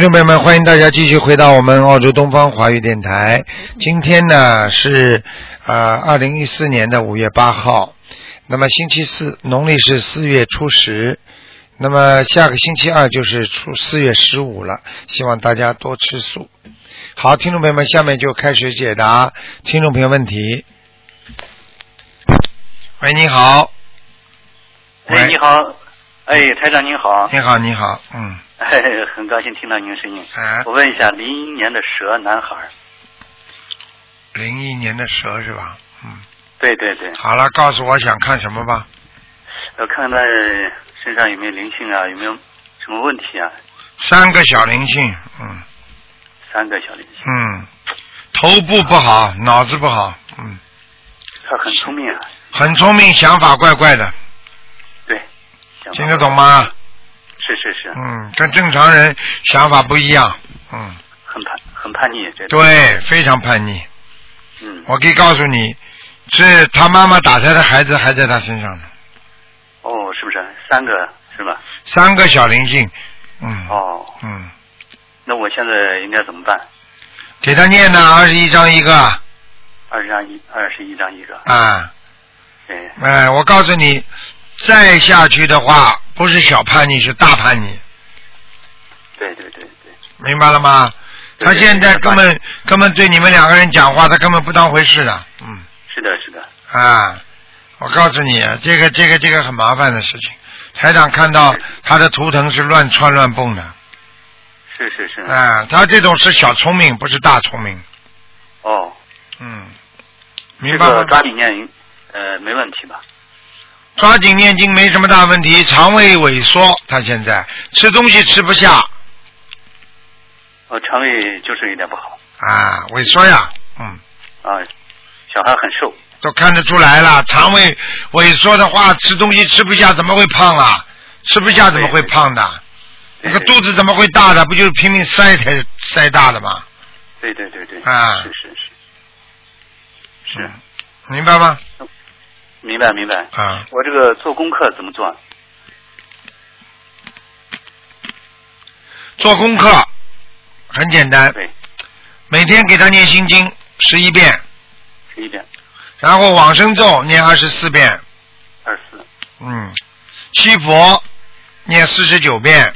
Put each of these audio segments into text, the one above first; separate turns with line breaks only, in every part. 众朋友们，欢迎大家继续回到我们澳洲东方华语电台。今天呢是呃二零一四年的五月八号，那么星期四，农历是四月初十。那么下个星期二就是初四月十五了，希望大家多吃素。好，听众朋友们，下面就开始解答听众朋友问题。喂，你好。
哎，你好，哎，台长您好，
你好，你好，嗯，
哎，很高兴听到您的声音。
啊，
我问一下，零一年的蛇男孩儿，
零一年的蛇是吧？嗯，
对对对，
好了，告诉我想看什么吧。
要看他身上有没有灵性啊，有没有什么问题啊？
三个小灵性，嗯
三个小灵性，
嗯，头部不好，脑子不好，嗯，
他很聪明啊，
很聪明，想法怪怪的，
对，行吧
听得懂？吗？
是是是，
嗯，跟正常人想法不一样，嗯，
很叛很叛逆，这个，
对，非常叛逆。
嗯，
我可以告诉你，是他妈妈打胎的孩子还在他身上呢，
哦，是不是三个是吧？
三个小灵性，嗯，
哦，
嗯，
那我现在应该怎么办？
给他念呢，二十一章一个
二十张一，二十一张一个，
啊。
哎，
哎，我告诉你，再下去的话，不是小叛逆，是大叛逆，
对对对对，
明白了吗？
对
他现在
对
根本根本对你们两个人讲话，他根本不当回事的，嗯
是的是的，
啊，我告诉你，这个这个这个很麻烦的事情。台长看到他的图腾是乱窜乱蹦的，
是是是，
啊，他这种是小聪明，不是大聪明，
哦。
嗯，
这
明白吗
个？抓紧念，呃，没问题吧？
抓紧念经没什么大问题，肠胃萎缩，他现在吃东西吃不下
我肠胃就是有点不好
啊，萎缩呀，嗯。
啊，小孩很瘦，
都看得出来了，肠胃萎缩的话，吃东西吃不下，怎么会胖啦？吃不下怎么会胖的？那
对
个肚子怎么会大的？不就是拼命塞才塞大的吗？
对对对对，
啊
是是是，是
嗯明白吗？
明白明白。
啊，
我这个做功课怎么做？啊
做功课很简单，
对，
每天给他念心经十一遍，
十一遍
然后往生咒念二十四遍，
二十四，
嗯，七佛念四十九遍，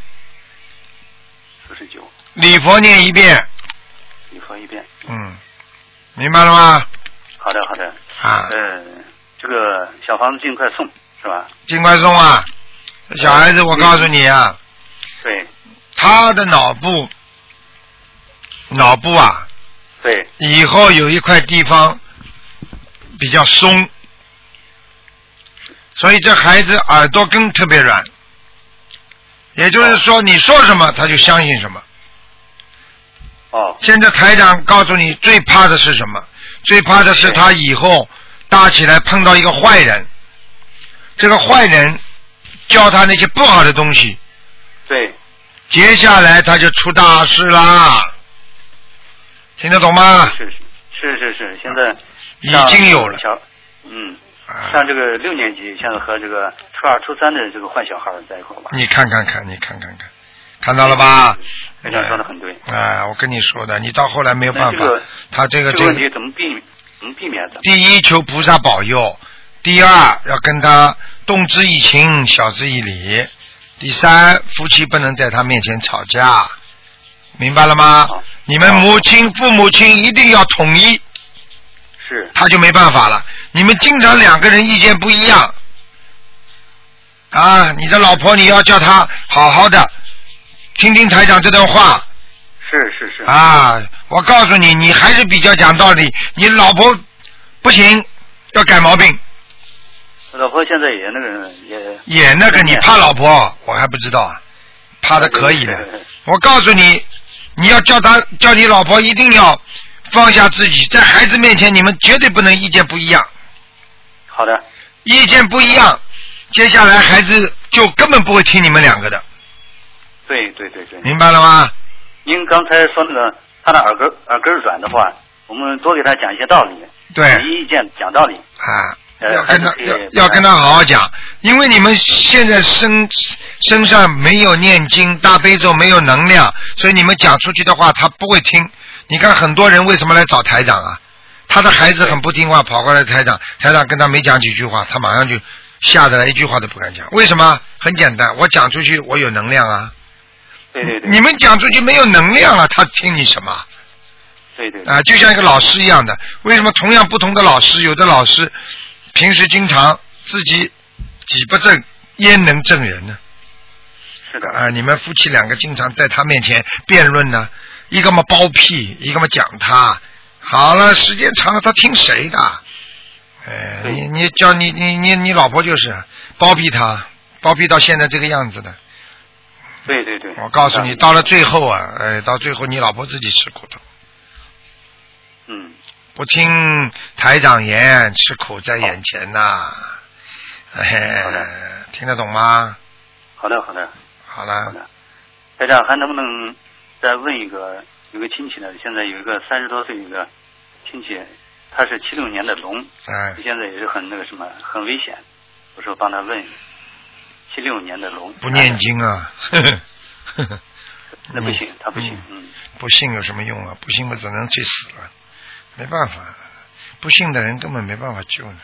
四十九，
礼佛念一遍，
礼佛一遍。
嗯，明白了吗？
好的好的，
啊，
呃，这个小房子尽快送是吧？
尽快送啊！小孩子，我告诉你啊，
对
他的脑部，脑部啊，
对，
以后有一块地方比较松，所以这孩子耳朵根特别软，也就是说，你说什么他就相信什么。
哦
现在台长告诉你，最怕的是什么？最怕的是他以后大起来碰到一个坏人，这个坏人教他那些不好的东西，
对，
接下来他就出大事啦，听得懂吗？
是是是是是，现在
啊已
像
经有了，
小，嗯。
啊
像这个六年级，现在和这个初二、初三的这个坏小孩儿在一块儿玩，
啊你看看看，你看看看，看到了吧？
非常说的很对。
啊，我跟你说的，你到后来没有办
那
法
嗯哎这，个
他这个这
这个问
个，
题怎么避免？怎么避免的？
第一求菩萨保佑，第二要跟他动之以情，晓之以理，第三夫妻不能在他面前吵架，明白了吗
好？
你们
好
母亲、父母亲一定要统一，
是
他就没办法了。你们经常两个人意见不一样啊，你的老婆你要叫她好好的听听台长这段话
是是是，
啊。我告诉你，你还是比较讲道理，你老婆不行，要改毛病。
老婆现在也那个也
也那个，你怕老婆，我还不知道啊，怕的可以的。我告诉你，你要叫她叫你老婆一定要放下自己，在孩子面前你们绝对不能意见不一样。
好的，
意见不一样，接下来孩子就根本不会听你们两个的，
对对对对。
明白了吗？
您刚才说那个他的耳根耳根软的话，我们多给他讲一些道理，
对
统一意见讲道理，
啊，
呃
要跟他
还是可以
要
不
要跟
然
他好好讲，因为你们现在身身上没有念经大悲咒，没有能量，所以你们讲出去的话他不会听。你看很多人为什么来找台长啊？他的孩子很不听话，跑过来台长，台长跟他没讲几句话，他马上就吓得来一句话都不敢讲。为什么？很简单，我讲出去我有能量啊，
对对对，
你们讲出去没有能量了，他听你什么？
对对对
啊，就像一个老师一样的。为什么同样不同的老师，有的老师平时经常自己己不正，焉能正人呢？
是的，
啊，你们夫妻两个经常在他面前辩论呢，一个嘛包庇，一个嘛讲他。好了，时间长了，他听谁的？哎，
对
你你叫你你你你老婆就是包庇他，包庇到现在这个样子的。
对对对。
我告诉你，
是的
到了最后啊，哎，到最后你老婆自己吃苦头。
嗯，
不听台长言，吃苦在眼前呐、哎
好的，
听得懂吗？
好的好的
好
好
了，
的。台长还能不能再问一个？有个亲戚呢，现在有一个三十多岁一个亲戚，他是七六年的龙，
哎，
现在也是很那个什么，很危险。我说帮他问，七六年的龙
不念，经啊，呵呵呵呵
那不行，他不行，嗯，
不信有什么用啊？不信我只能去死了，没办法，不信的人根本没办法救呢。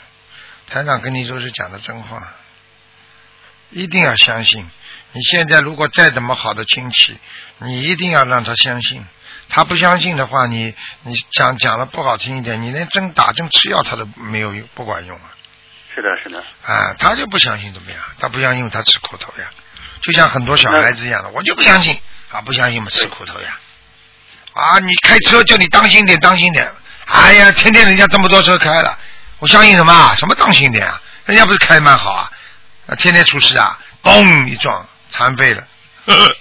台长跟你说是讲的真话，一定要相信。你现在如果再怎么好的亲戚，你一定要让他相信。他不相信的话，你你讲讲的不好听一点，你连针打针吃药他都没有用，不管用啊！
是的，是的，
啊，他就不相信怎么样？他不相信他吃苦头呀，就像很多小孩子一样的，我就不相信啊，不相信嘛吃苦头呀。啊，你开车叫你当心点，当心点。哎呀，天天人家这么多车开了，我相信什么啊？什么当心点啊？人家不是开蛮好啊，啊天天出事啊，嘣一撞残废了。呵呵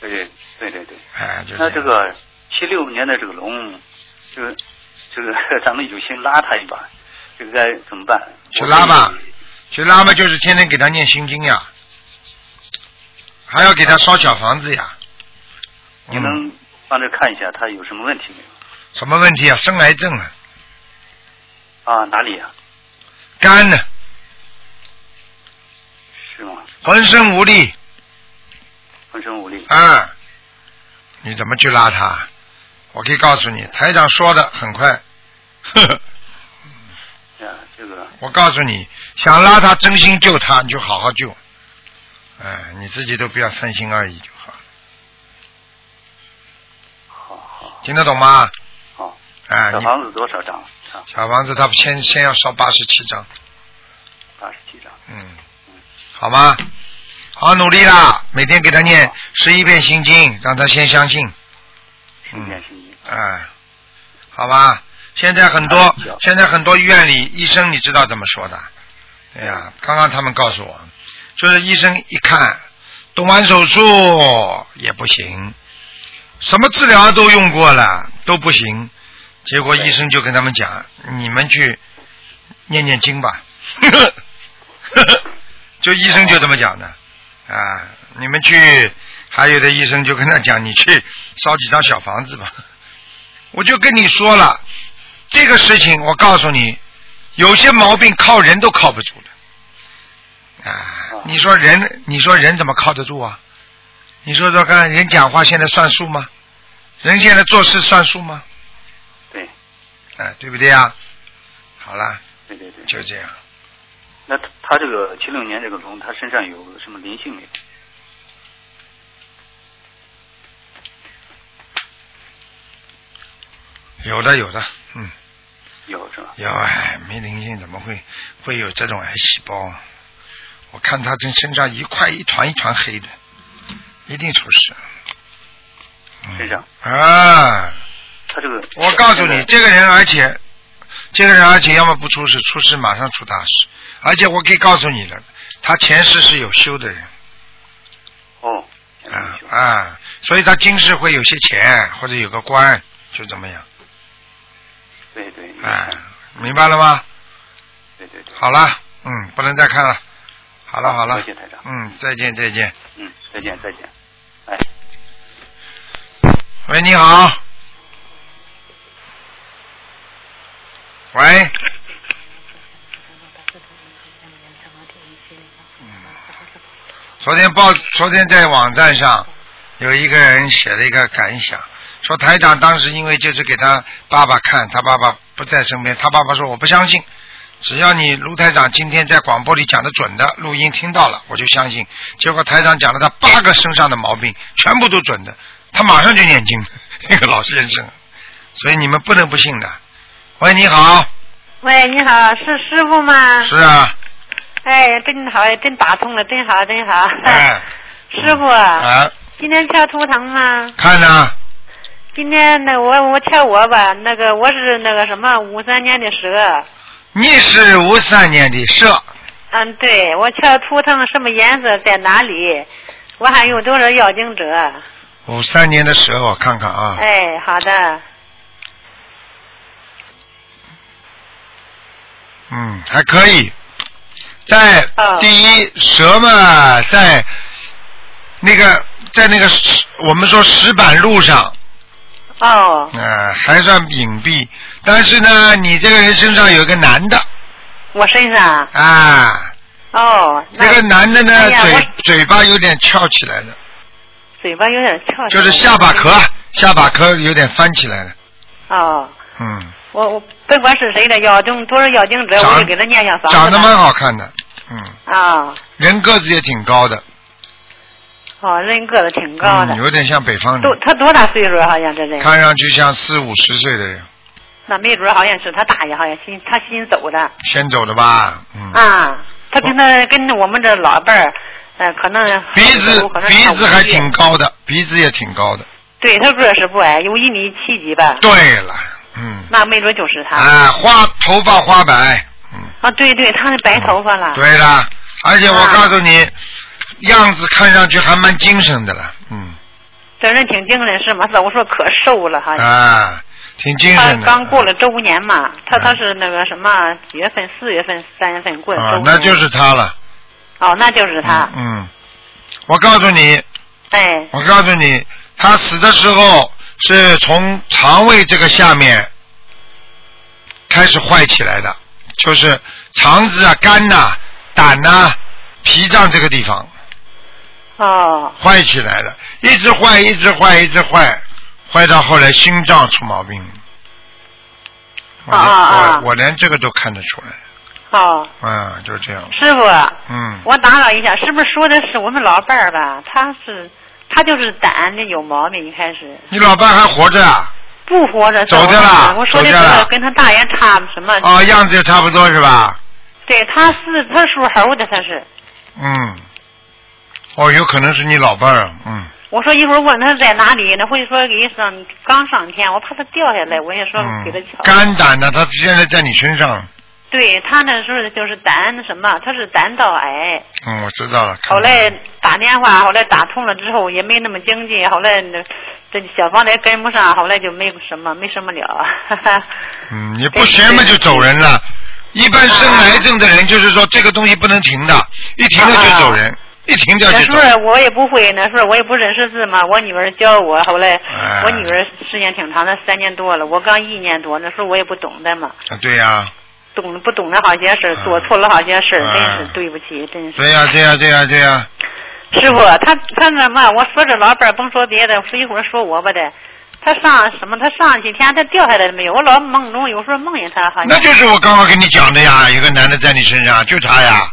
对对对对对。
哎，就是
那这个七六年的这个龙，这个这个 咱们有心拉他一把，这个该怎么办？
去拉吧
我可以
去拉嘛，就是天天给他念心经呀，还要给他烧小房子呀。
你
嗯、
能帮着看一下他有什么问题没有？
什么问题啊？生癌症啊，
啊，哪里啊？
肝呢、
是吗？
浑身无力
浑身无力。
啊！你怎么去拉他？我可以告诉你，台长说的很 快。呵呵，
啊，这个
我告诉你，想拉他，真心救他，你就好好救。哎，你自己都不要三心二意就好了，
好好
听得懂吗？
好。
哎，
小
你
房子多少张？啊，
小房子他先先要烧八十七张，
八十七张。
嗯，好吗？好努力啦，每天给他念
好
十一遍心经，让他先相信。
十
嗯
年是一。
哎，好吧，现在很多、
哎行
现在很多医院里医生你知道怎么说的？哎呀，刚刚他们告诉我，就是医生一看，动完手术也不行，什么治疗都用过了都不行，结果
对
医生就跟他们讲，你们去念念经吧， 就医生就这么讲的啊，你们去，还有的医生就跟他讲，你去烧几张小房子吧。我就跟你说了，这个事情我告诉你，有些毛病靠人都靠不住的。啊
啊，
你说人，你说人怎么靠得住啊？你说说看，人讲话现在算数吗？人现在做事算数吗？
对
哎、对不对啊？好了，
对对对。
就这样。
那他他这个七六年这个龙，他身上有什么灵性没有？
有的，有的，嗯，
有是吧？
有哎，没灵性怎么会会有这种癌细胞啊？我看他这身上一块一团一团黑的，一定出事。啊嗯
身上
啊，
他这个
我告诉
现
你，
在
这个人，而且这个人，而且要么不出事，出事马上出大事。而且我可以告诉你了，他前世是有修的人
哦，现在
啊
没修
啊，所以他今世会有些钱或者有个官，就这么样
对对，你
啊
看，
明白了吗？
对对对，
好了，嗯，不能再看了。好了好了
多，谢台长，
嗯，再见再见。
嗯，再见再见，哎，
喂，你好。喂，
嗯
昨天报，昨天在网站上有一个人写了一个感想，说台长当时因为就是给他爸爸看，他爸爸不在身边，他爸爸说我不相信，只要你卢台长今天在广播里讲的准的，录音听到了，我就相信。结果台长讲了他八个身上的毛病，全部都准的，他马上就念经 了，那个老先生。所以你们不能不信的。喂，你好，
喂，你好，是师傅吗？
是啊，
哎呀，真好，真打通了，真好，真好。
哎，
师傅，
啊，
今天跳图腾吗？
看呢、
今天那我我跳我吧，那个我是那个什么五三年的蛇，
你是五三年的蛇，
嗯，对我跳图腾什么颜色在哪里？我还有多少妖精者？
啊五哦三年的蛇，我看看啊，
哎，好的，
嗯，还可以。在
哦
第一蛇嘛，在那个在那个石我们说石板路上，
哦，
呃，还算隐蔽。但是呢，你这个人身上有一个男的
我身上，
啊，
哦，
这
那
个男的呢，
哎呀
嘴
我
嘴巴有点翘起来的，
嘴巴有点翘起
就
来，
是下巴壳啊
嗯
下巴壳有点翻起来了，
哦。
嗯，
我我甭管是谁的妖精，多少妖精者，
长
我就给他念念房子。
长得蛮好看的，嗯，
啊，
人个子也挺高的，
哦，人个子挺高的
嗯，，有点像北方
都
人，
他多大岁数啊？好像这人，
看上去像四五十岁的人，
那没准好像是他大爷，好像新他新走的
先走的吧，嗯。
啊。他跟他跟我们这老伴儿，呃，可能
鼻子
可能
鼻
差不
子
多
还挺高的，鼻子也挺高的。
对，他个儿是不矮，有一米七几吧。
对了，嗯，
那没准就是他啊
啊，花头发花白，嗯，
对对，他是白头发了。
对了，而且我
啊
告诉你，样子看上去还蛮精神的了，嗯，
这人挺精神是吗？我说可瘦了哈。
啊，挺精
他
神的。
哎啊刚过了周年嘛，他
嗯
他是那个什么几月份？四月份、三月份过的周
啊
年。，
那就是他了。
哦，那就是他
嗯。嗯，我告诉你，
哎，
我告诉你，他死的时候是从肠胃这个下面开始坏起来的，就是肠子啊、肝呐、胆呐、脾脏这个地方
哦，
坏起来了，一直坏，一直坏，一直坏，坏到后来心脏出毛病。我连
啊啊啊
我我连这个都看得出来，
哦，
啊，就这样，
师傅，啊
嗯，
我打扰一下，是不是说的是我们老伴儿吧？他是他就是胆的有毛病，一开始
你老伴还活着啊？
不活着
走掉了
我说的
走掉了
是跟他大爷差什么？
哦，样子也差不多是吧？
对，他是他属猴的，他是。
嗯，哦，有可能是你老伴儿，嗯，
我说一会儿问他在哪里呢，或者说给上刚上天，我怕他掉下来，我也说给他
嗯
瞧。，
肝胆呢，他现在在你身上，
对他那时候就是胆什么，他是胆道癌。
嗯，我知道了。看
后来打电话，后来打通了之后也没那么经济，后来那这小房子也跟不上，后来就没什么没什么了。
嗯，你不学嘛就走人了。一般生癌症的人，就是说这个东西不能停的，一停了就走人，一停掉
那
就
时
走。
候我也不会，那时候我也不认识字嘛，我女儿教我，后来
哎
我女儿时间挺长的，三年多了，我刚一年多，那时候我也不懂的嘛，
啊，对呀，
懂不懂了好些事儿
嗯，
做错了好些事儿，真是
嗯
对不起，真是。
对呀，对呀，对呀，对呀，
师傅，他他那嘛，我说这老伴儿甭说别的，说一会儿说我吧的。他上什么？他上几天他掉下来了没有？我老梦中有时候梦见他，好
那
像
就是我刚刚跟你讲的呀，一个男的在你身上，就他呀，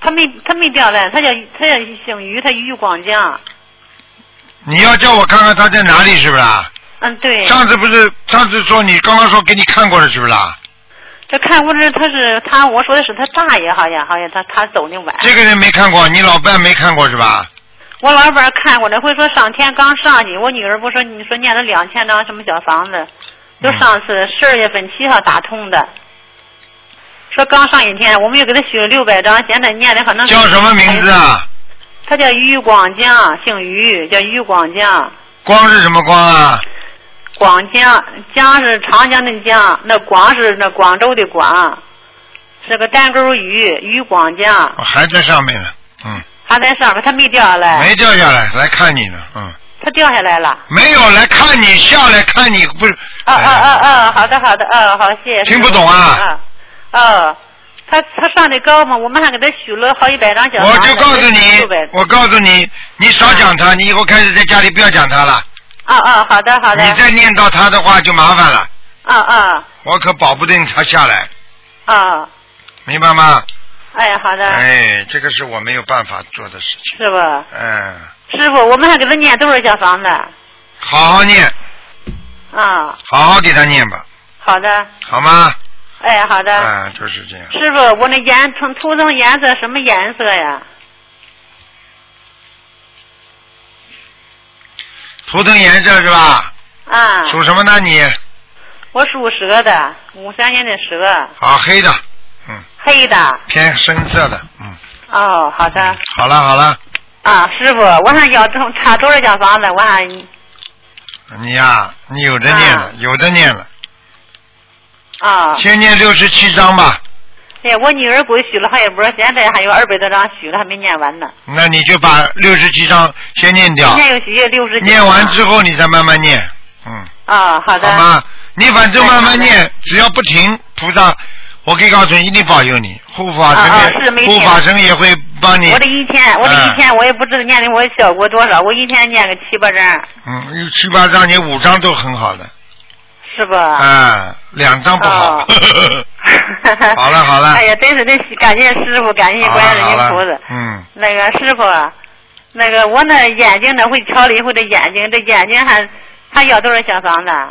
他没他没掉下来，他叫他叫姓于，他于广江。
你要叫我看看他在哪里，是不是啊？
嗯，对。
上次不是上次说你刚刚说给你看过了，是不是啊？
这看我这他是他，我说的是他大爷，好像好像他他走的晚。
这个人没看过，你老伴没看过是吧？
我老伴儿看过了，会说上天刚上去，我女儿不说你说念了两千张什么小房子，就
嗯
上次十二月份七号打通的，说刚上一天，我们又给他许了六百张，现在念的可能
叫什么名字？啊？
他叫于广江，姓于，叫于广江，
光是什么光啊？
广江江是长江的江，那广是那广州的广，是个单钩鱼，于广江
我哦还在上面呢，嗯，
还在上面，他没掉下来，
没掉下来，来看你呢，嗯，
他掉下来了。
没有来看你，下来看你，不是？
啊
哎
哦啊啊啊！好的好的，啊好，谢谢。
听不懂啊
啊啊！他他上的高嘛，我们还给他许了好几百张小
我
房子
就告诉你
六百，
我告诉你，你少讲他，你以后开始在家里不要讲他了。
啊啊，好的好的。
你再念到他的话就麻烦了，
啊啊
我可保不定他下来，
啊！
明白吗？
哎呀，好的，
哎，这个是我没有办法做的事情。
是吧？
嗯，
师傅，我们还给他念多少小房子？
好好念，
啊，
好好给他念吧，
好的，
好吗？
哎，好的。
啊，就是这样。
师傅，我那颜图图腾颜色什么颜色呀？
图腾颜色是吧？
啊，
属什么呢你？
我属蛇的，五三年的蛇，
好啊黑的，嗯，
黑的。
偏深色的，嗯。
哦，好的。
好了好了，
啊，师傅，我还要多差多少间房子？我还
你呀、你有的念了，
啊
有的念了，
啊，
先念六十七章吧，
哎，我女儿给我许了好几波，现在还有二百多张许了，还没念完呢。
那你就把六十七章先念
今
掉，
天又许六十几
哎
张。
念完之后你再慢慢念，嗯，
啊，好的。
吗？你反正慢慢
哎
念，只要不停，菩萨，我可以告诉你，一定保佑你，护法神
啊啊
也、
是没
护
停
法神也会帮你哎
我，这一天，我这一天，我也不知道念的我效果多少，我一天念个七八张，
嗯，有七八章，你五章都很好的，
是吧？
啊，两章不好
哦，
好了好了
哎呀，真是得感谢师傅，感谢
好
观世
了好
音菩
了
萨。，
嗯，
那个师傅啊，那个我那眼睛呢会调理会的眼睛，这眼睛还还要多少小房子啊？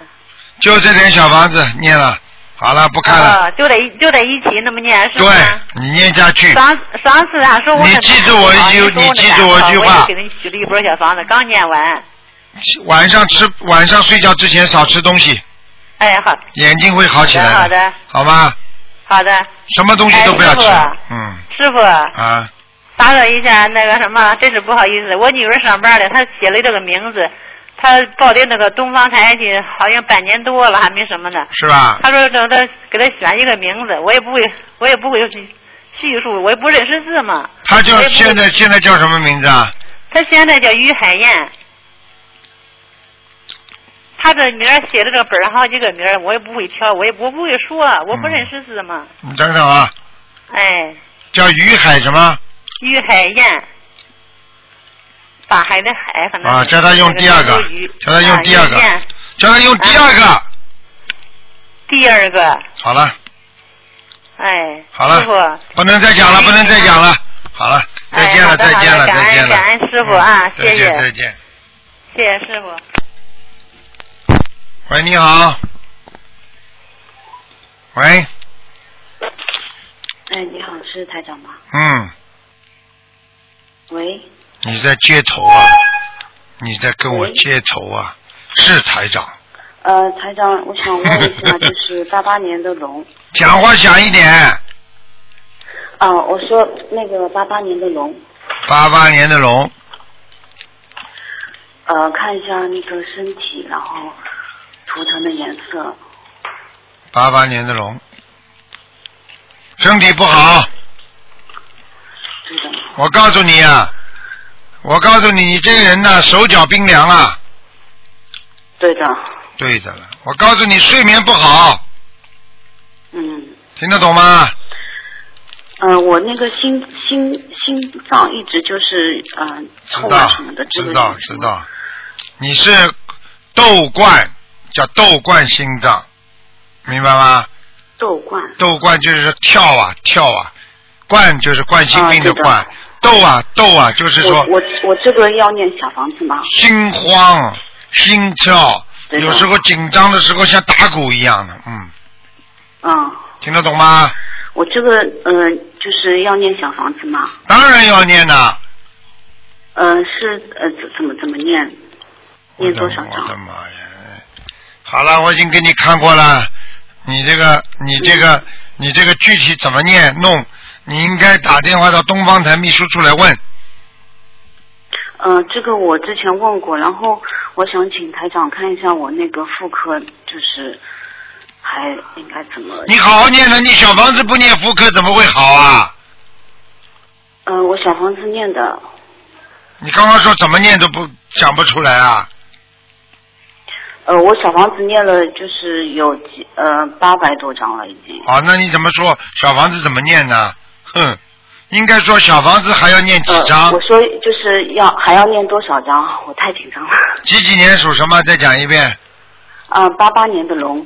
就这点小房子念了，好了，不看了。
哦，就得就得一起那么念，是吧？
对你念下去，
上上次俺啊说我
你
那
记住我一句
啊说
你
那
记
感
住我一句
冒
话
我也给他许了一波小房子，刚念完。
晚上吃晚上睡觉之前少吃东西，
哎，好
眼睛会好起来
好的
好吗？
好的，
什么东西都不要吃，
哎
嗯
师傅。
啊，
打扰一下那个什么，真是不好意思，我女儿上班了，她写了这个名字，她报的那个东方台去，好像半年多了还没什么呢。
是吧？
她说等她给她选一个名字，我也不会，我也不会叙述，我也不认识字嘛。
他就
我也不
现在现在叫什么名字啊？
她现在叫于海燕，她这名儿写的这个本儿好几个名儿，我也不会挑，我也我不会说，我不认识字嘛。
你等等啊，
哎，
叫于海什么？
于海燕，法海的海，可能
啊叫他用第二个
那周瑜
叫他用第二个
啊于燕
叫他用第二个。
啊第二个，
好了，
哎，
好
师傅，
了，不能再讲了，
哎
不能再讲了。好了，再见
哎
了，
好的
再见了，
好的感
再
恩
见了。
感恩师傅啊
嗯
谢谢
再见，再见。
谢谢师傅。
喂，你好。喂，
哎，你好，是台长吗？
嗯。
喂，
你在接头啊？你在跟我接头啊？是台长，
呃，台长，我想问一 下，就是八八年的龙，
讲话响一点。
啊、我说那个八八年的龙，
八八年的龙，
呃，看一下那个身体，然后图腾的颜色，
八八年的龙，身体不好。
对的，
我告诉你啊，我告诉你，你这个人呐、手脚冰凉啊。
对的，
对的了，我告诉你，睡眠不好，
嗯，
听得懂吗？
呃，我那个心心心脏一直就是呃
知
痛啊
道
什么的，，这
知
个
道
是，什
知
么，
道。你是豆冠，叫豆冠心脏，明白吗？
豆冠，
豆冠就是跳啊跳啊，冠就是冠心病的冠，
啊
豆啊豆啊就是
我
说
我我这个要念小房子吗？
心慌、心跳，
对的
有时候紧张的时候像打鼓一样的，嗯，
嗯，
听得懂吗？
我这个呃就是要念小房子吗？
当然要念啦、
呃，是呃怎怎么怎么念？
我
念
的
多少
我的
章？
妈呀！好了，我已经给你看过了，你这个你这
嗯
个你这个具体怎么念弄？你应该打电话到东方台秘书处来问。
呃，这个我之前问过，然后我想请台长看一下我那个妇科，就是还应该怎么？
你好好念了，你小房子不念妇科怎么会好啊？
呃，我小房子念的，
你刚刚说怎么念都不讲不出来啊？
呃，我小房子念了就是有几呃八百多张了已经。
好、那你怎么说小房子怎么念呢？哼，应该说小房子还要念几
呃
张？
我说就是要还要念多少张？我太紧张了。
几几年属什么？再讲一遍。
啊、8八八年的龙，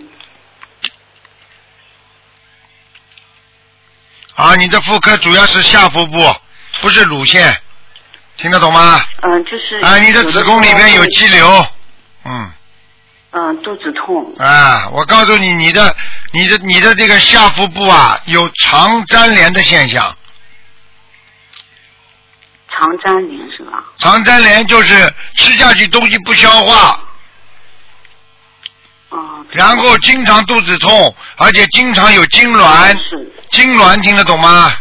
啊，你的妇科主要是下腹部，不是乳腺，听得懂吗？
嗯、就是
啊，你
有
的
的
子宫里边
时候
有
会
肌瘤，嗯，
嗯、肚子痛，
啊，我告诉你，你的、你的、你的这个下腹部啊，有长粘连的现象。
肠粘连是吧？
长粘连就是吃下去东西不消化，
啊、
然后经常肚子痛，而且经常有痉挛。
是，
痉挛听得懂吗？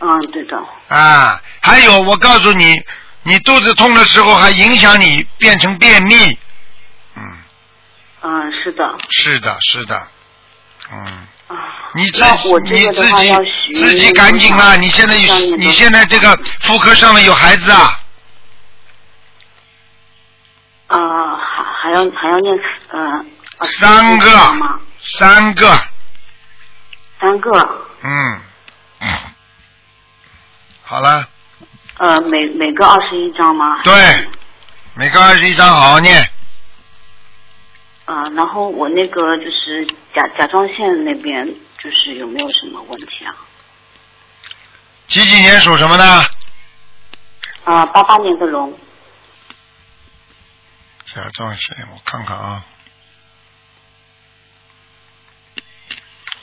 嗯、对的，
啊，还有我告诉你，你肚子痛的时候还影响你变成便秘。嗯，
嗯、是的，
是的，是的，嗯。
啊、
你自
那我这
你
个
自
的话
己
要许
自己赶紧啦！你现在有你现在这个妇科上面有孩子啊，
啊、还还要还要念呃啊
三个
是吗
三个，
三个，
嗯，好了，
呃每每个二十一张吗？
对，每个二十一张，好好念。
啊、然后我那个就是甲甲状腺那边就是有没有什么问题啊？
几几年属什么的？
啊、8八八年的龙，
甲状腺，我看看啊。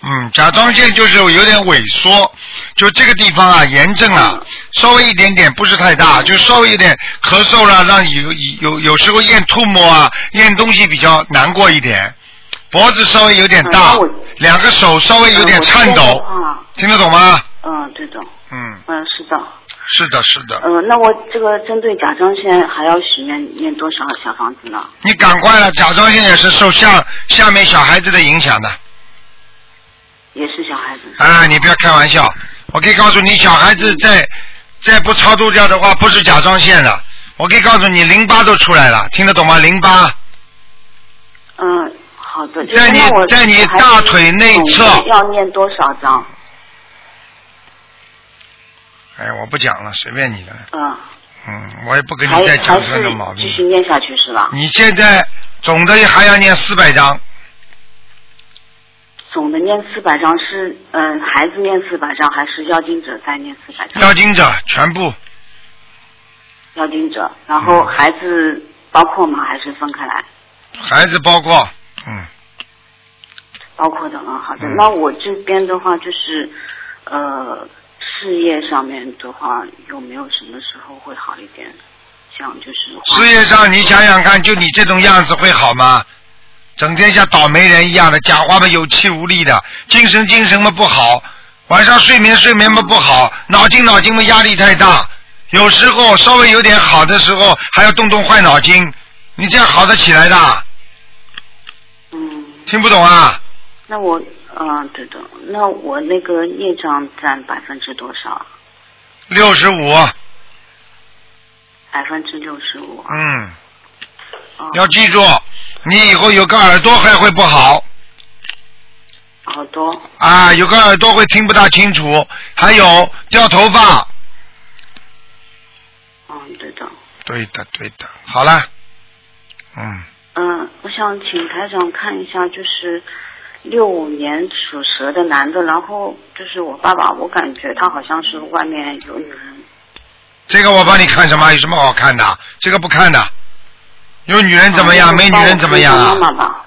嗯，甲状腺就是有点萎缩，就这个地方啊，炎症啊，稍微一点点，不是太大，就稍微有点咳嗽啦、让有有有时候咽吐沫啊，咽东西比较难过一点，脖子稍微有点
嗯
大
那我，
两个手稍微有
呃
点颤抖，
啊，
听得懂吗？
嗯、对的，
嗯，
嗯、是的，
是的，是的，
呃，那我这个针对甲状腺还要许愿念多少小房子呢？
你赶快了，甲状腺也是受下下面小孩子的影响的。
也是小孩子，
啊，你不要开玩笑，我可以告诉你，小孩子再再不超度掉的话，不是甲状腺了。我可以告诉你，淋巴都出来了，听得懂吗？淋巴
嗯、好的，就是
在你
那我
在你大腿内侧
还是总要念多少张？
哎，我不讲了，随便你的。
嗯、
嗯，我也不跟
还
你再讲
还
这
是
个毛病嗯
继。续念下去是吧？
你现在总的还要念四百章，
总的念四百张是，嗯、孩子念四百张，还是要经者再念四百张？
要经者全部
要经者，然后
嗯
孩子包括吗？还是分开来？
孩子包括，嗯，
包括的，嗯，好的。
嗯
那我这边的话就是，呃，事业上面的话，有没有什么时候会好一点？像就是
事业上你想想看，就你这种样子会好吗？整天像倒霉人一样的，讲话嘛有气无力的，精神精神嘛不好，晚上睡眠睡眠嘛不好，脑筋脑筋嘛压力太大，有时候稍微有点好的时候还要动动坏脑筋，你这样好得起来的？
嗯，
听不懂啊？
那我嗯、呃对的，那我那个业障占百分之多少？
六十五，
百分之六十五。
嗯，
哦
要记住，你以后有个耳朵还会不好
好多
啊，有个耳朵会听不大清楚，还有掉头发，
嗯，对的。
对的，对的。好了，嗯，
嗯，我想请台长看一下，就是六五年属蛇的男的，然后就是我爸爸，我感觉他好像是外面有女人，
这个我帮你看什么？有什么好看的？这个不看的。有女人怎么样？
嗯
没女人怎么样
帮我
啊
看一下？妈妈吧，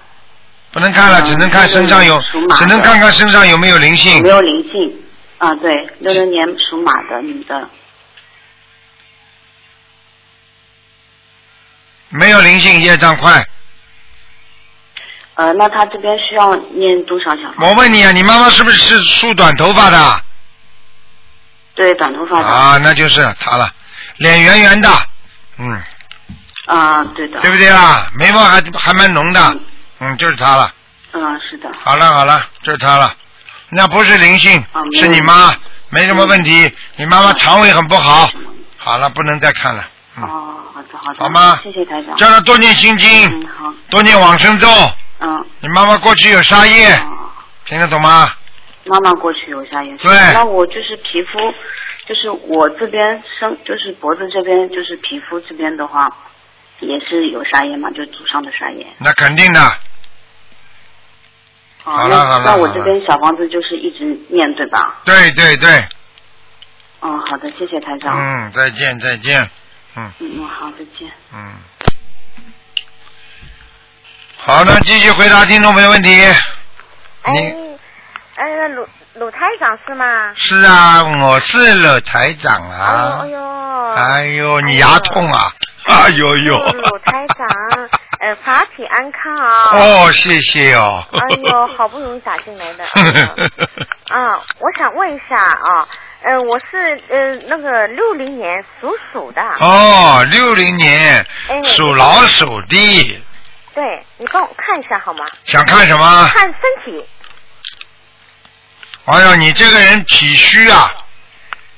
不能看了，
嗯
只能看身上有
属马，的
只能看看身上有没有灵
有
性
没。有灵性？啊，对，六六年属马的女的，
没有灵性，业障快。
呃，那他这边需要念多少小房？
我问你啊，你妈妈是不是梳短头发
啊
的？
对，短头发的，啊、
啊，那就是她了，脸圆圆的，嗯，
啊对的，
对不对啊？眉毛还还蛮浓的
嗯，
嗯，就是她了。
嗯、是的，
好了好了，就是她了，那不是灵性
啊，没有
是你妈，没什么问题。你妈妈肠胃很不好，好了，不能再看了。嗯
哦哦，好的，的，好的，
好吗
谢谢台长。
叫他多念心
嗯，
经，
好，
多念往生咒。
嗯。
你妈妈过去有杀业，
哦
听得懂吗？
妈妈过去有下炎症，
对
那我就是皮肤，就是我这边生，就是脖子这边，就是皮肤这边的话，也是有沙炎嘛，就祖上的沙炎。
那肯定的，
哦
好了
那
好了
那我
好
这
了
边小房子就是一直念对吧？
对对对，
嗯，好的，谢谢台长。
嗯，再见再见，嗯
嗯嗯，好，再见。
嗯。好，那继续回答听众朋友问题。
哦
哎
你，
呃，鲁鲁台长是吗？
是啊，我是鲁台长啊
哦
哎。呦，
哎呦，你牙痛啊！哎呦呦。
祝鲁台长， 呃，法体安康啊、
哦，谢谢哦。
哎呦，好不容易打进来的。 嗯啊，我想问一下啊，呃，我是呃那个六零年属鼠的，
哦，六零年
哎
属老鼠的，
对你帮我看一下好吗？
想看什么？
看身体，
哎呦，你这个人体虚啊，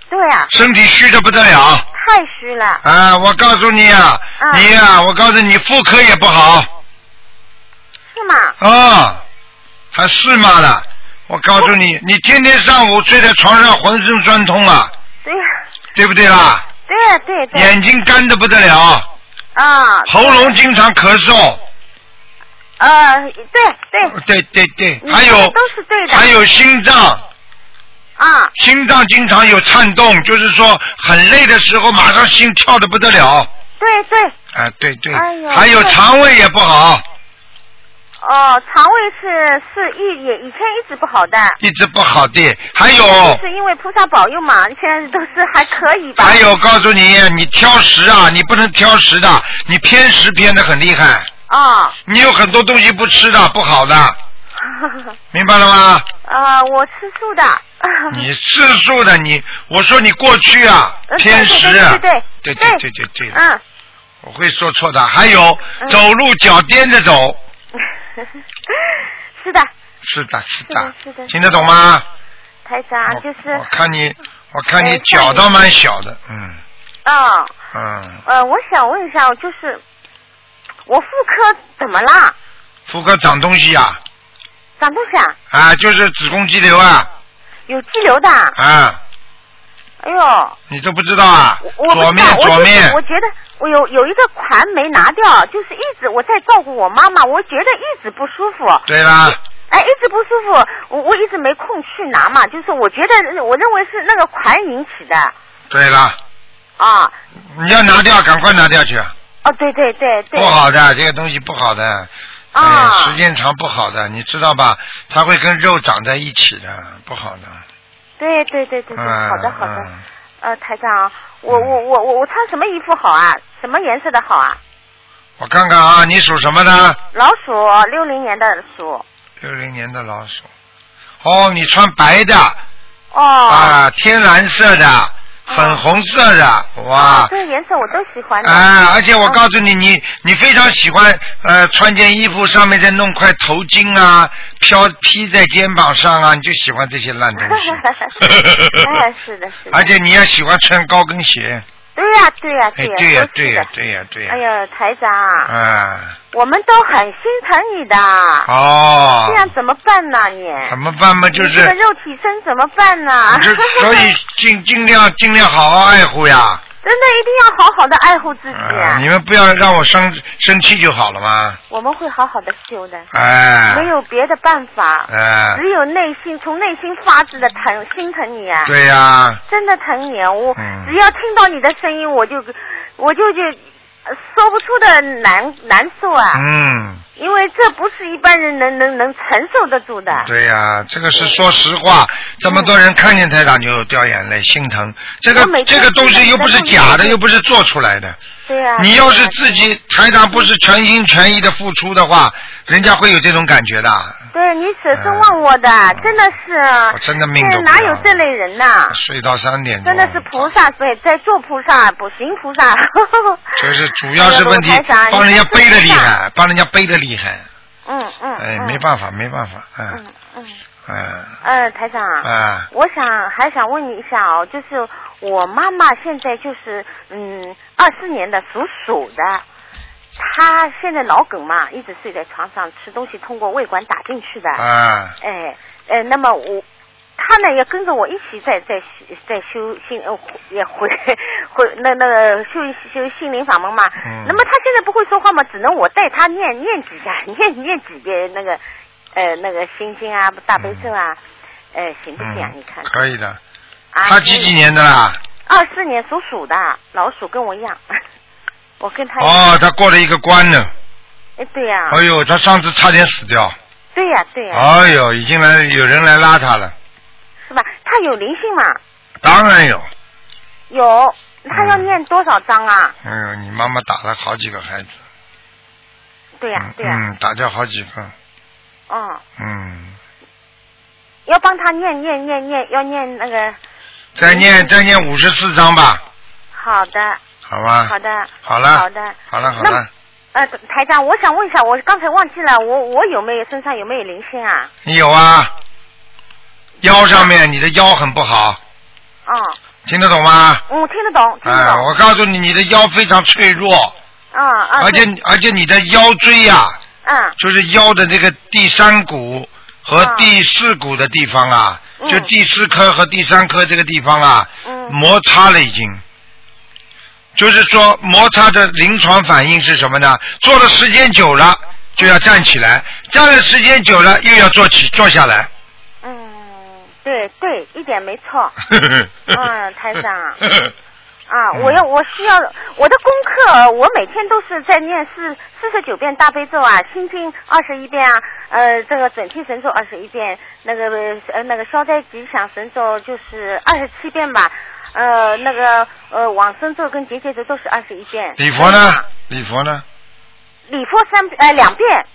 对啊，
身体虚的不得了
太虚了，
啊！我告诉你啊，
嗯
你呀、我告诉你，妇科也不好
是吗？
啊，还是嘛了。我告诉你，你天天上午睡在床上，浑身酸痛啊，
对呀、
对不对啦？
对呀、对对
眼睛干的不得了，
啊，
喉咙经常咳嗽，
呃，对对，
对对对，
你
还有
说嗯的都是对的
还有心脏，
啊，
心脏经常有颤动，就是说很累的时候，马上心跳的不得了。
对对，
啊，对对，
哎呦
还有
对
肠胃也不好，
哦，肠胃是是一也以前一直不好的，
一直不好的。还
就
有
是因为菩萨保佑嘛，现在都是还可以吧？
还有，告诉你，你挑食啊，你不能挑食的，你偏食偏的很厉害，
啊、
你有很多东西不吃的，不好的，明白了吗？
啊，我吃素的。
你吃素的，你我说你过去啊
啊呃
偏食啊，
对
对对
对对
对对对，
嗯，
我会说错的。还有
嗯
走路脚颠着走，
是的，
是的，是的
的，是的
听得懂吗？
台长
我
就是
我看你，我看你
哎
脚
像
倒
你
蛮小的，嗯
啊、
嗯，
呃，我想问一下，就是我妇科怎么啦？
妇科长东西啊，
长东西啊？
啊，就是子宫肌瘤啊，
有肌瘤的？
啊，
哎呦，我
你都不知道啊
我？不
左
知道
面，左
我就是
面
我，觉得我有有一个款没拿掉，就是一直我在照顾我妈妈，我觉得一直不舒服。
对啦，
哎，一直不舒服，我我一直没空去拿嘛，就是我觉得我认为是那个款引起的
对啦，
啊，
你要拿掉，赶快拿掉去，啊
哦，对对对对，
不好的，这个东西不好的。
啊
哎时间长不好的，你知道吧？它会跟肉长在一起的，不好的。
对对对对对，
嗯，
好的好的，
嗯
呃，台长，我我我我我穿什么衣服好啊？什么颜色的好啊？
我看看啊，你属什么的？
老鼠，六零年的鼠，哦
六零年的老鼠。哦，你穿白的，
哦，
啊，天蓝色的，粉红色的，
哦
哇！
这个啊颜色我都喜欢的，嗯
啊，而且我告诉你，你你非常喜欢呃，穿件衣服上面再弄块头巾啊，飘披在肩膀上啊，你就喜欢这些烂东西。
哎，是的，是的，
而且你要喜欢穿高跟鞋。
对呀、对呀、
哎，对
对
呀、
呀、
对呀、
都是的
对呀、对呀、
哎呀，台长，
啊，
我们都很心疼你的，
哦
这，样怎么办呢？你，
怎么办嘛？就
你这
是
个，啊肉体生怎么办呢？
就所以尽尽量尽量好好爱护呀。
真的一定要好好的爱护自己、
啊，你们不要让我生生气就好了嘛。
我们会好好的修的，
哎，
没有别的办法，
哎，
只有内心从内心发自的疼心疼你啊，
对呀、
真的疼你啊！我、
嗯
只要听到你的声音，我就我就就呃说不出的难难受啊，
嗯，
因为这不是一般人能能能承受得住的。
对呀、这个是说实话，这么多人看见台长就掉眼泪，心疼。这
嗯我
个
每
这
天
个东西又不是假
看到
的，
你
又不是做出来的。
对啊，
你要是
对啊
自己台长不是全心全意的付出的话，人家会有这种感觉的。
对你舍身忘我的，真的是啊，
我真的命
现
都
在
不
哪
要
有
了
这类人呐、
睡到三点钟
真的是菩萨，对，在做菩萨，不行菩萨。
就是主要是问题
哎呀罗台长，
帮人家
你
背的厉
真是菩萨
害，帮人家背的厉害。
嗯嗯。
哎，
嗯
没。办法，没办法，哎
嗯嗯，
嗯
呃，台长啊，
啊，
我想还想问你一下哦，就是我妈妈现在就是嗯，二四年的属鼠的，她现在脑梗嘛，一直睡在床上，吃东西通过胃管打进去的。
啊，
哎，呃，那么我他呢也跟着我一起在在修在修心呃也回回那那个修修心灵法门嘛。
嗯
那么他现在不会说话嘛，只能我带他念念几下，念念几遍那个呃那个心经啊、大悲咒啊，呃行不行啊？你
嗯
看，
可以的。
啊，
他几几？年的啦？
二四年属鼠的老鼠跟我一样， 我跟他一样。
哦，他过了一个关呢。
哎，对呀、
哎呦，他上次差点死掉。
对呀、对呀、
哎呦，已经来有人来拉他了，
是吧？他有灵性嘛？
当然有。
有，他要
嗯
念多少章啊？
哎呦，你妈妈打了好几个孩子。
对呀、对呀、
嗯，打掉好几个。
嗯。
嗯，
要帮他念念念念，要念那个
再
嗯
念再念五十四章吧，
好的，
好吧？
好的，
好了，
好的
好了，好
那
了，
呃，台长，我想问一下，我刚才忘记了，我我有没有身上有没有灵性啊？
你有啊？腰上面，你的腰很不好，
哦，
听得懂吗？
我嗯听得懂，听得
啊，
懂，
我告诉你，你的腰非常脆弱，
啊啊，
而且而且你的腰椎呀、
嗯
就是腰的这个第三骨和第四骨的地方啊，
啊嗯
就第四颗和第三颗这个地方啊，
嗯
摩擦了已经。就是说，摩擦的临床反应是什么呢？坐的时间久了就要站起来，站的时间久了又要坐起坐下来。
嗯，对对，一点没 错嗯台长啊！
嗯
我要我需要我的功课，啊我每天都是在念四四十九遍大悲咒啊，心经二十一遍啊，呃，这个准提神咒二十一遍，那个呃那个消灾吉祥神咒就是二十七遍吧，呃那个呃往生咒跟结界咒都是二十一 遍。
礼佛呢？礼佛呢？
礼佛三呃两遍，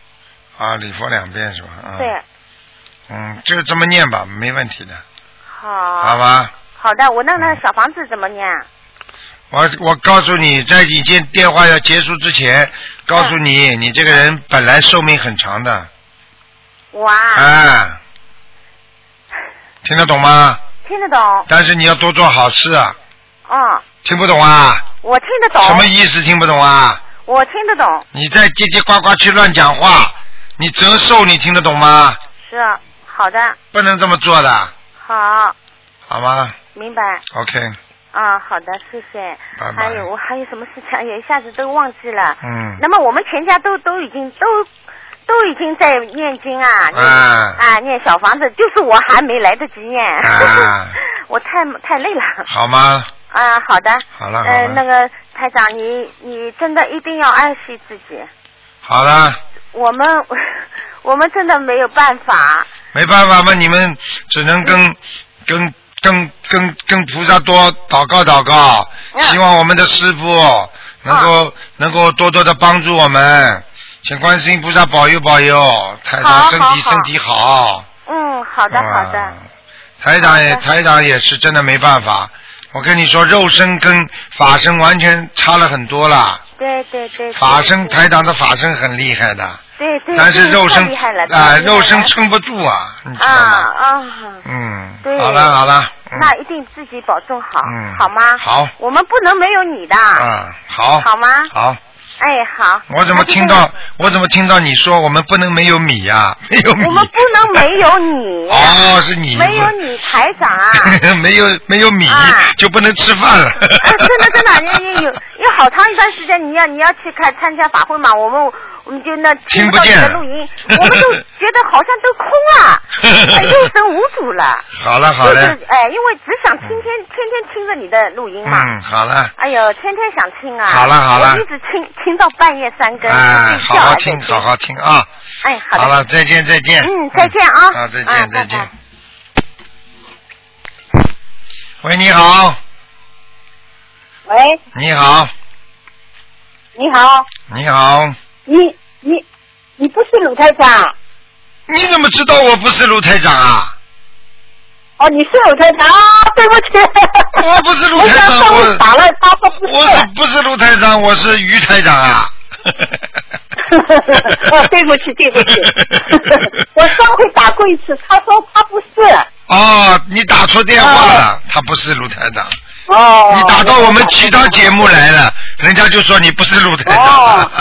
啊，礼佛两遍是吧？嗯、
对，，
嗯，就这么念吧，没问题的，
好，
好吧？
好的，我那那小房子怎么念啊？
我我告诉你，在你接电话要结束之前，告诉你，
嗯
你这个人本来寿命很长的，
哇，
啊，听得懂吗？
听得懂哦，
但是你要多做好事啊，听不懂啊？
我听得懂，
什么意思？听不懂啊？
我听得懂，
你在叽叽呱呱去乱讲话，你折寿，你听得懂吗？
是啊好的，
不能这么做的，
好，
好吗
明白
？OK，
啊，好的，谢谢。
拜拜
还有我还有什么事情？哎呀，一下子都忘记了。
嗯，
那么我们全家都都已经都都已经在念经啊，念
啊
啊念小房子，就是我还没来得及念，
啊
我太太累了
好吗？
啊。好的，
好了，好
呃，那
了，
个台长，你你真的一定要爱惜自己，
好了。
我们 我们真的没有办法。
没办法嘛，你们只能
嗯
跟跟跟跟跟菩萨多祷告祷告，
嗯
希望我们的师傅能够、能够多多的帮助我们，请观世音菩萨保佑保佑，台长
好
身
好
体
好
身体好。
嗯，好的好的
嗯，台长也
好的
台长也是真的没办法，我跟你说，肉身跟法身完全差了很多了。
对对对。对
法身
对
台长的法身很厉害的，
对对，
但是
对
肉
太
身
厉害了
啊、
太厉害
肉身
了
撑不住啊，你知道
啊
吗？
啊，
嗯，
对
好了好了，嗯
那一定自己保重好
嗯，
好吗？
好
我们不能没有你的，
啊，好，
好吗？
好，
哎，好。
我怎么听
那
到
就
我怎么听到你说我们不能没有米呀、 没有
这
米，
样？我们不能没有 你，
哦，是你
没有你台长 啊！
没有没有米、
啊
就不能吃饭了，
啊，真的真的，你你有有好长一段时间，你要你要去看参加法会嘛，我们我们就那
听不
不到你
见
的录音，我们都觉得好像都空 了，哎六神无主了。
好了好
就
了
是，哎，因为只想天天天天听着你的录音嘛，
嗯，好了，
哎呦，天天想听啊！
好了好了
我一直听听到半夜三更，
哎，好
睡觉
好
还在
听好。好听啊，
哎，好的。
好了，再见再见，
嗯再见啊
好再
啊
见再
拜
见
拜，
喂你好，
喂，
你好
你好，
你好，
你你你不是鲁台长？
你怎么知道我不是卢台长啊？
哦，你是鲁台长？啊，对不起，
我不是鲁
我
台
想
长，
说我
我
打了，他说不
我
是
是。不是卢台长？我是于台长啊！
哦，对不起，对不 起，我上回打过一次，他说他不是。
哦，你打错电话了，他不是卢台长。
哦。
你打到我们其他节目来了，人家就说你不是卢台 长。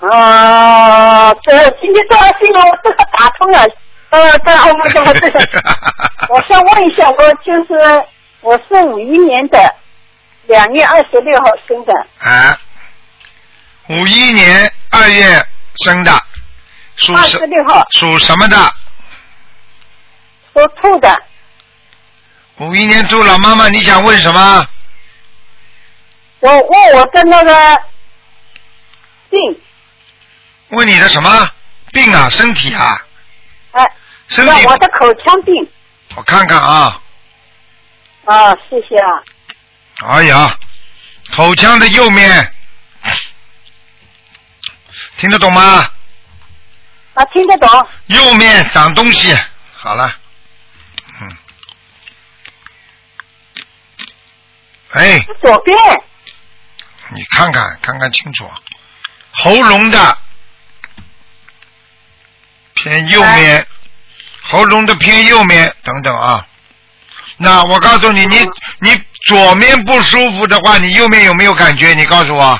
哦，这今天这条新闻我这个打通了，呃，这哦不这个这个， 我想问一下，我就是我是五一年的，两月二十六号生的，
啊，五一年二月生的，属
二
什
十六号
属什么的？
属兔的，
五一年猪老妈妈，你想问什么？
我问我的那个病，
问你的什么病啊？身体啊？
哎、
身体
那我的口腔病
我看看啊，
啊，谢谢啊，
哎呀，口腔的右面，听得懂吗？
啊，听得懂，
右面长东西，好了，嗯，哎，
是左边，
你看看看看清楚，啊喉咙的偏右面，喉咙的偏右面，等等啊。那我告诉你，你
嗯
你左面不舒服的话，你右面有没有感觉？你告诉我，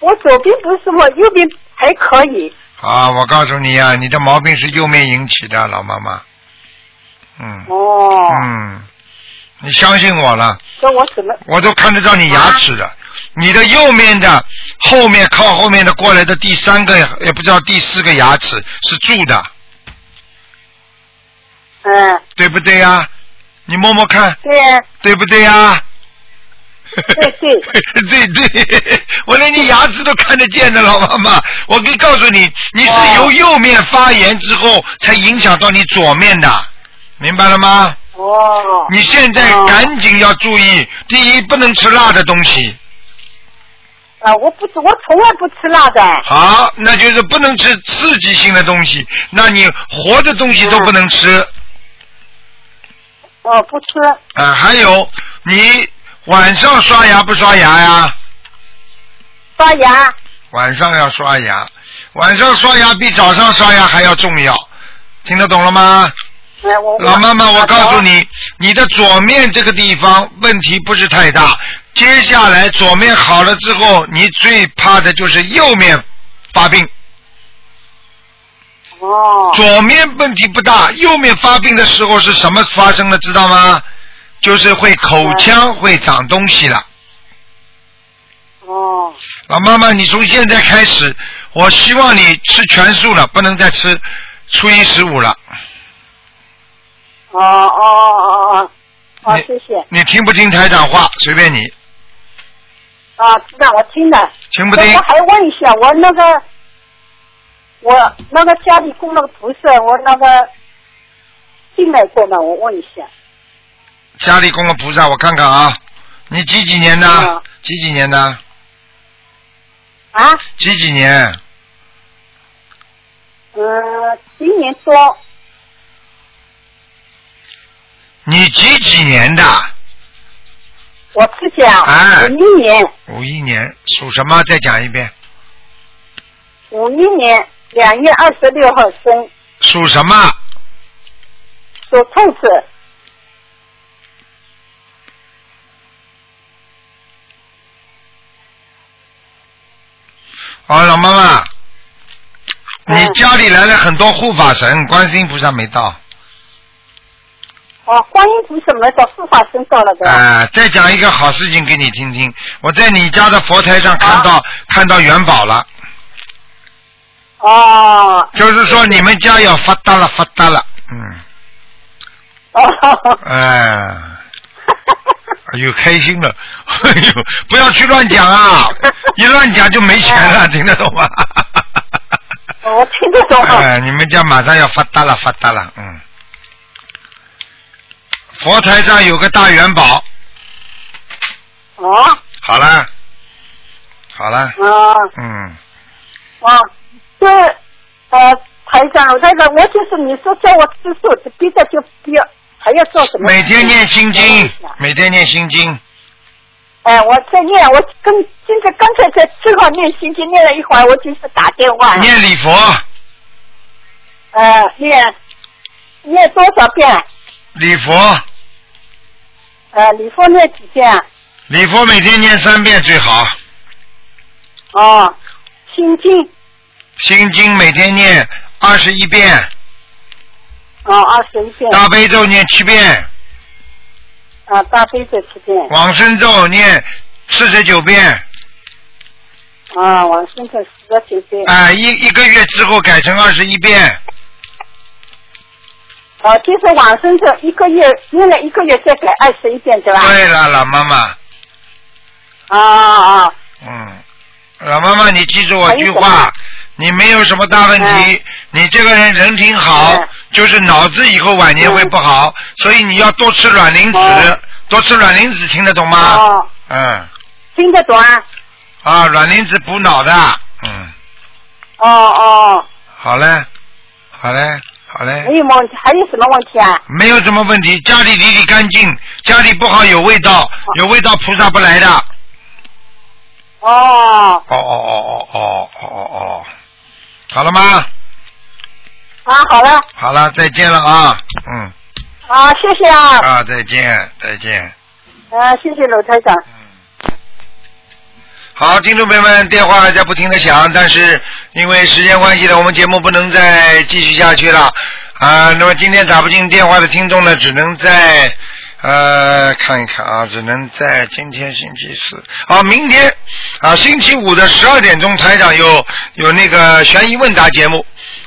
我左边不是我右边还可以，
啊，我告诉你啊，你的毛病是右面引起的，老妈妈。嗯
哦，
嗯，你相信我了。
说我怎么？
我都看得到你牙齿的，你的右面的后面靠后面的过来的第三个也不知道第四个牙齿是蛀的，
嗯，
对不对呀、你摸摸看，
对啊，
对不对呀、
对对
对对我连你牙齿都看得见的老妈妈，我可以告诉你，你是
哦
由右面发炎之后才影响到你左面的，明白了吗？
哦，
你现在
哦
赶紧要注意，第一不能吃辣的东西，
啊，我不吃，我从来不吃辣的，
好，那就是不能吃刺激性的东西，那你活的东西都不能吃啊、
哦，不吃，
还有，你晚上刷牙不刷牙呀？
刷牙，
晚上要刷牙，晚上刷牙比早上刷牙还要重要，听得懂了吗？
哎，我
老呃妈妈，我告诉，
啊
你，你的左面这个地方问题不是太大，接下来左面好了之后，你最怕的就是右面发病。
哦，
左面问题不大，右面发病的时候是什么发生了？知道吗？就是会口腔会长东西了。
哦，
老妈妈，你从现在开始，我希望你吃全素了，不能再吃初一十五了。
哦，哦，哦，哦，哦，哦，谢谢，
你听不听台长话？随便你，
啊，知道，我听了。
听不
那
听
我？还问一下，我那个，我那个家里供那个菩萨，我那个进来过吗？我问一下。
家里供个菩萨，我看看啊。你几几年的
嗯？
几几年的？
啊，
几几年？
嗯，今年多，
你几几年的？
我自己啊，
哎
五一年，
五一年，属什么？再讲一遍，
五一年两月二十六号生，
属什么？
属兔子。
好，哦老妈妈，
嗯
你家里来了很多护法神，观世音菩萨没到。
哦，观音菩萨没到，护法神到了
啊、
的。
再讲一个好事情给你听听。我在你家的佛台上看到、看到元宝了，
哦
就是说你们家要发达了，发达了。嗯，
哦，
哎、哎呦，开心了！ 哎呦，不要去乱讲啊，一乱讲就没钱了，听得懂吗？
我听得懂。
哎、你们家马上要发达了，发达了，嗯。佛台上有个大元宝，
哦
好了，好了，
哦
嗯，
啊
哦，这呃，台长，那个我就是你说叫我吃素，别的就不要，还要做什么？
每天念心经
我问一下，
每天念心经，
哎，我在念，我刚现在刚才在正好念心经，念了一会儿，我就是打电
啊
话。
念礼佛，
呃，念念多少遍？
礼佛，
呃，礼佛念几遍？
礼佛每天念三遍最好。
哦，心经
心经每天念二十一遍，
哦二十一遍，
大悲咒念七遍，
啊大悲咒七遍，
往生咒念四十九遍，
啊往生咒四十九遍，
啊、一一个月之后改成二十一遍，
哦就是往生咒一个月念了一个月再改二十一遍对吧？
对了，老妈妈，
啊啊啊
嗯，老妈妈，你记住我
还有
句
什么
话，你没有什么大问题
嗯，
你这个人人挺好
嗯，
就是脑子以后晚年会不好，所以你要多吃卵磷脂
哦，
多吃卵磷脂，听得懂吗？
哦
嗯，
听得懂啊？
啊，卵磷脂补脑的，嗯，
哦哦，
好嘞，好嘞，好嘞
还。有问还有什么问题啊？
没有什么问题，家里理理干净，家里不好有味道，有味道菩萨不来的。哦
哦
哦哦哦哦哦哦哦，好了吗？
啊好了
好了，再见了啊，嗯，
啊谢谢啊，
啊，再见，再见，
啊谢谢鲁台长。
嗯。好，听众朋友们，电话在不停的响，但是因为时间关系呢，我们节目不能再继续下去了啊、那么今天打不进电话的听众呢，只能在呃看一看啊，只能在今天星期四啊，明天啊星期五的十二点钟，台长有有那个悬疑问答节目。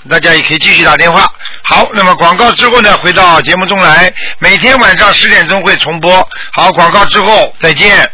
大家也可以继续打电话。好，那么广告之后呢，回到节目中来，每天晚上十点钟会重播。好，广告之后再见。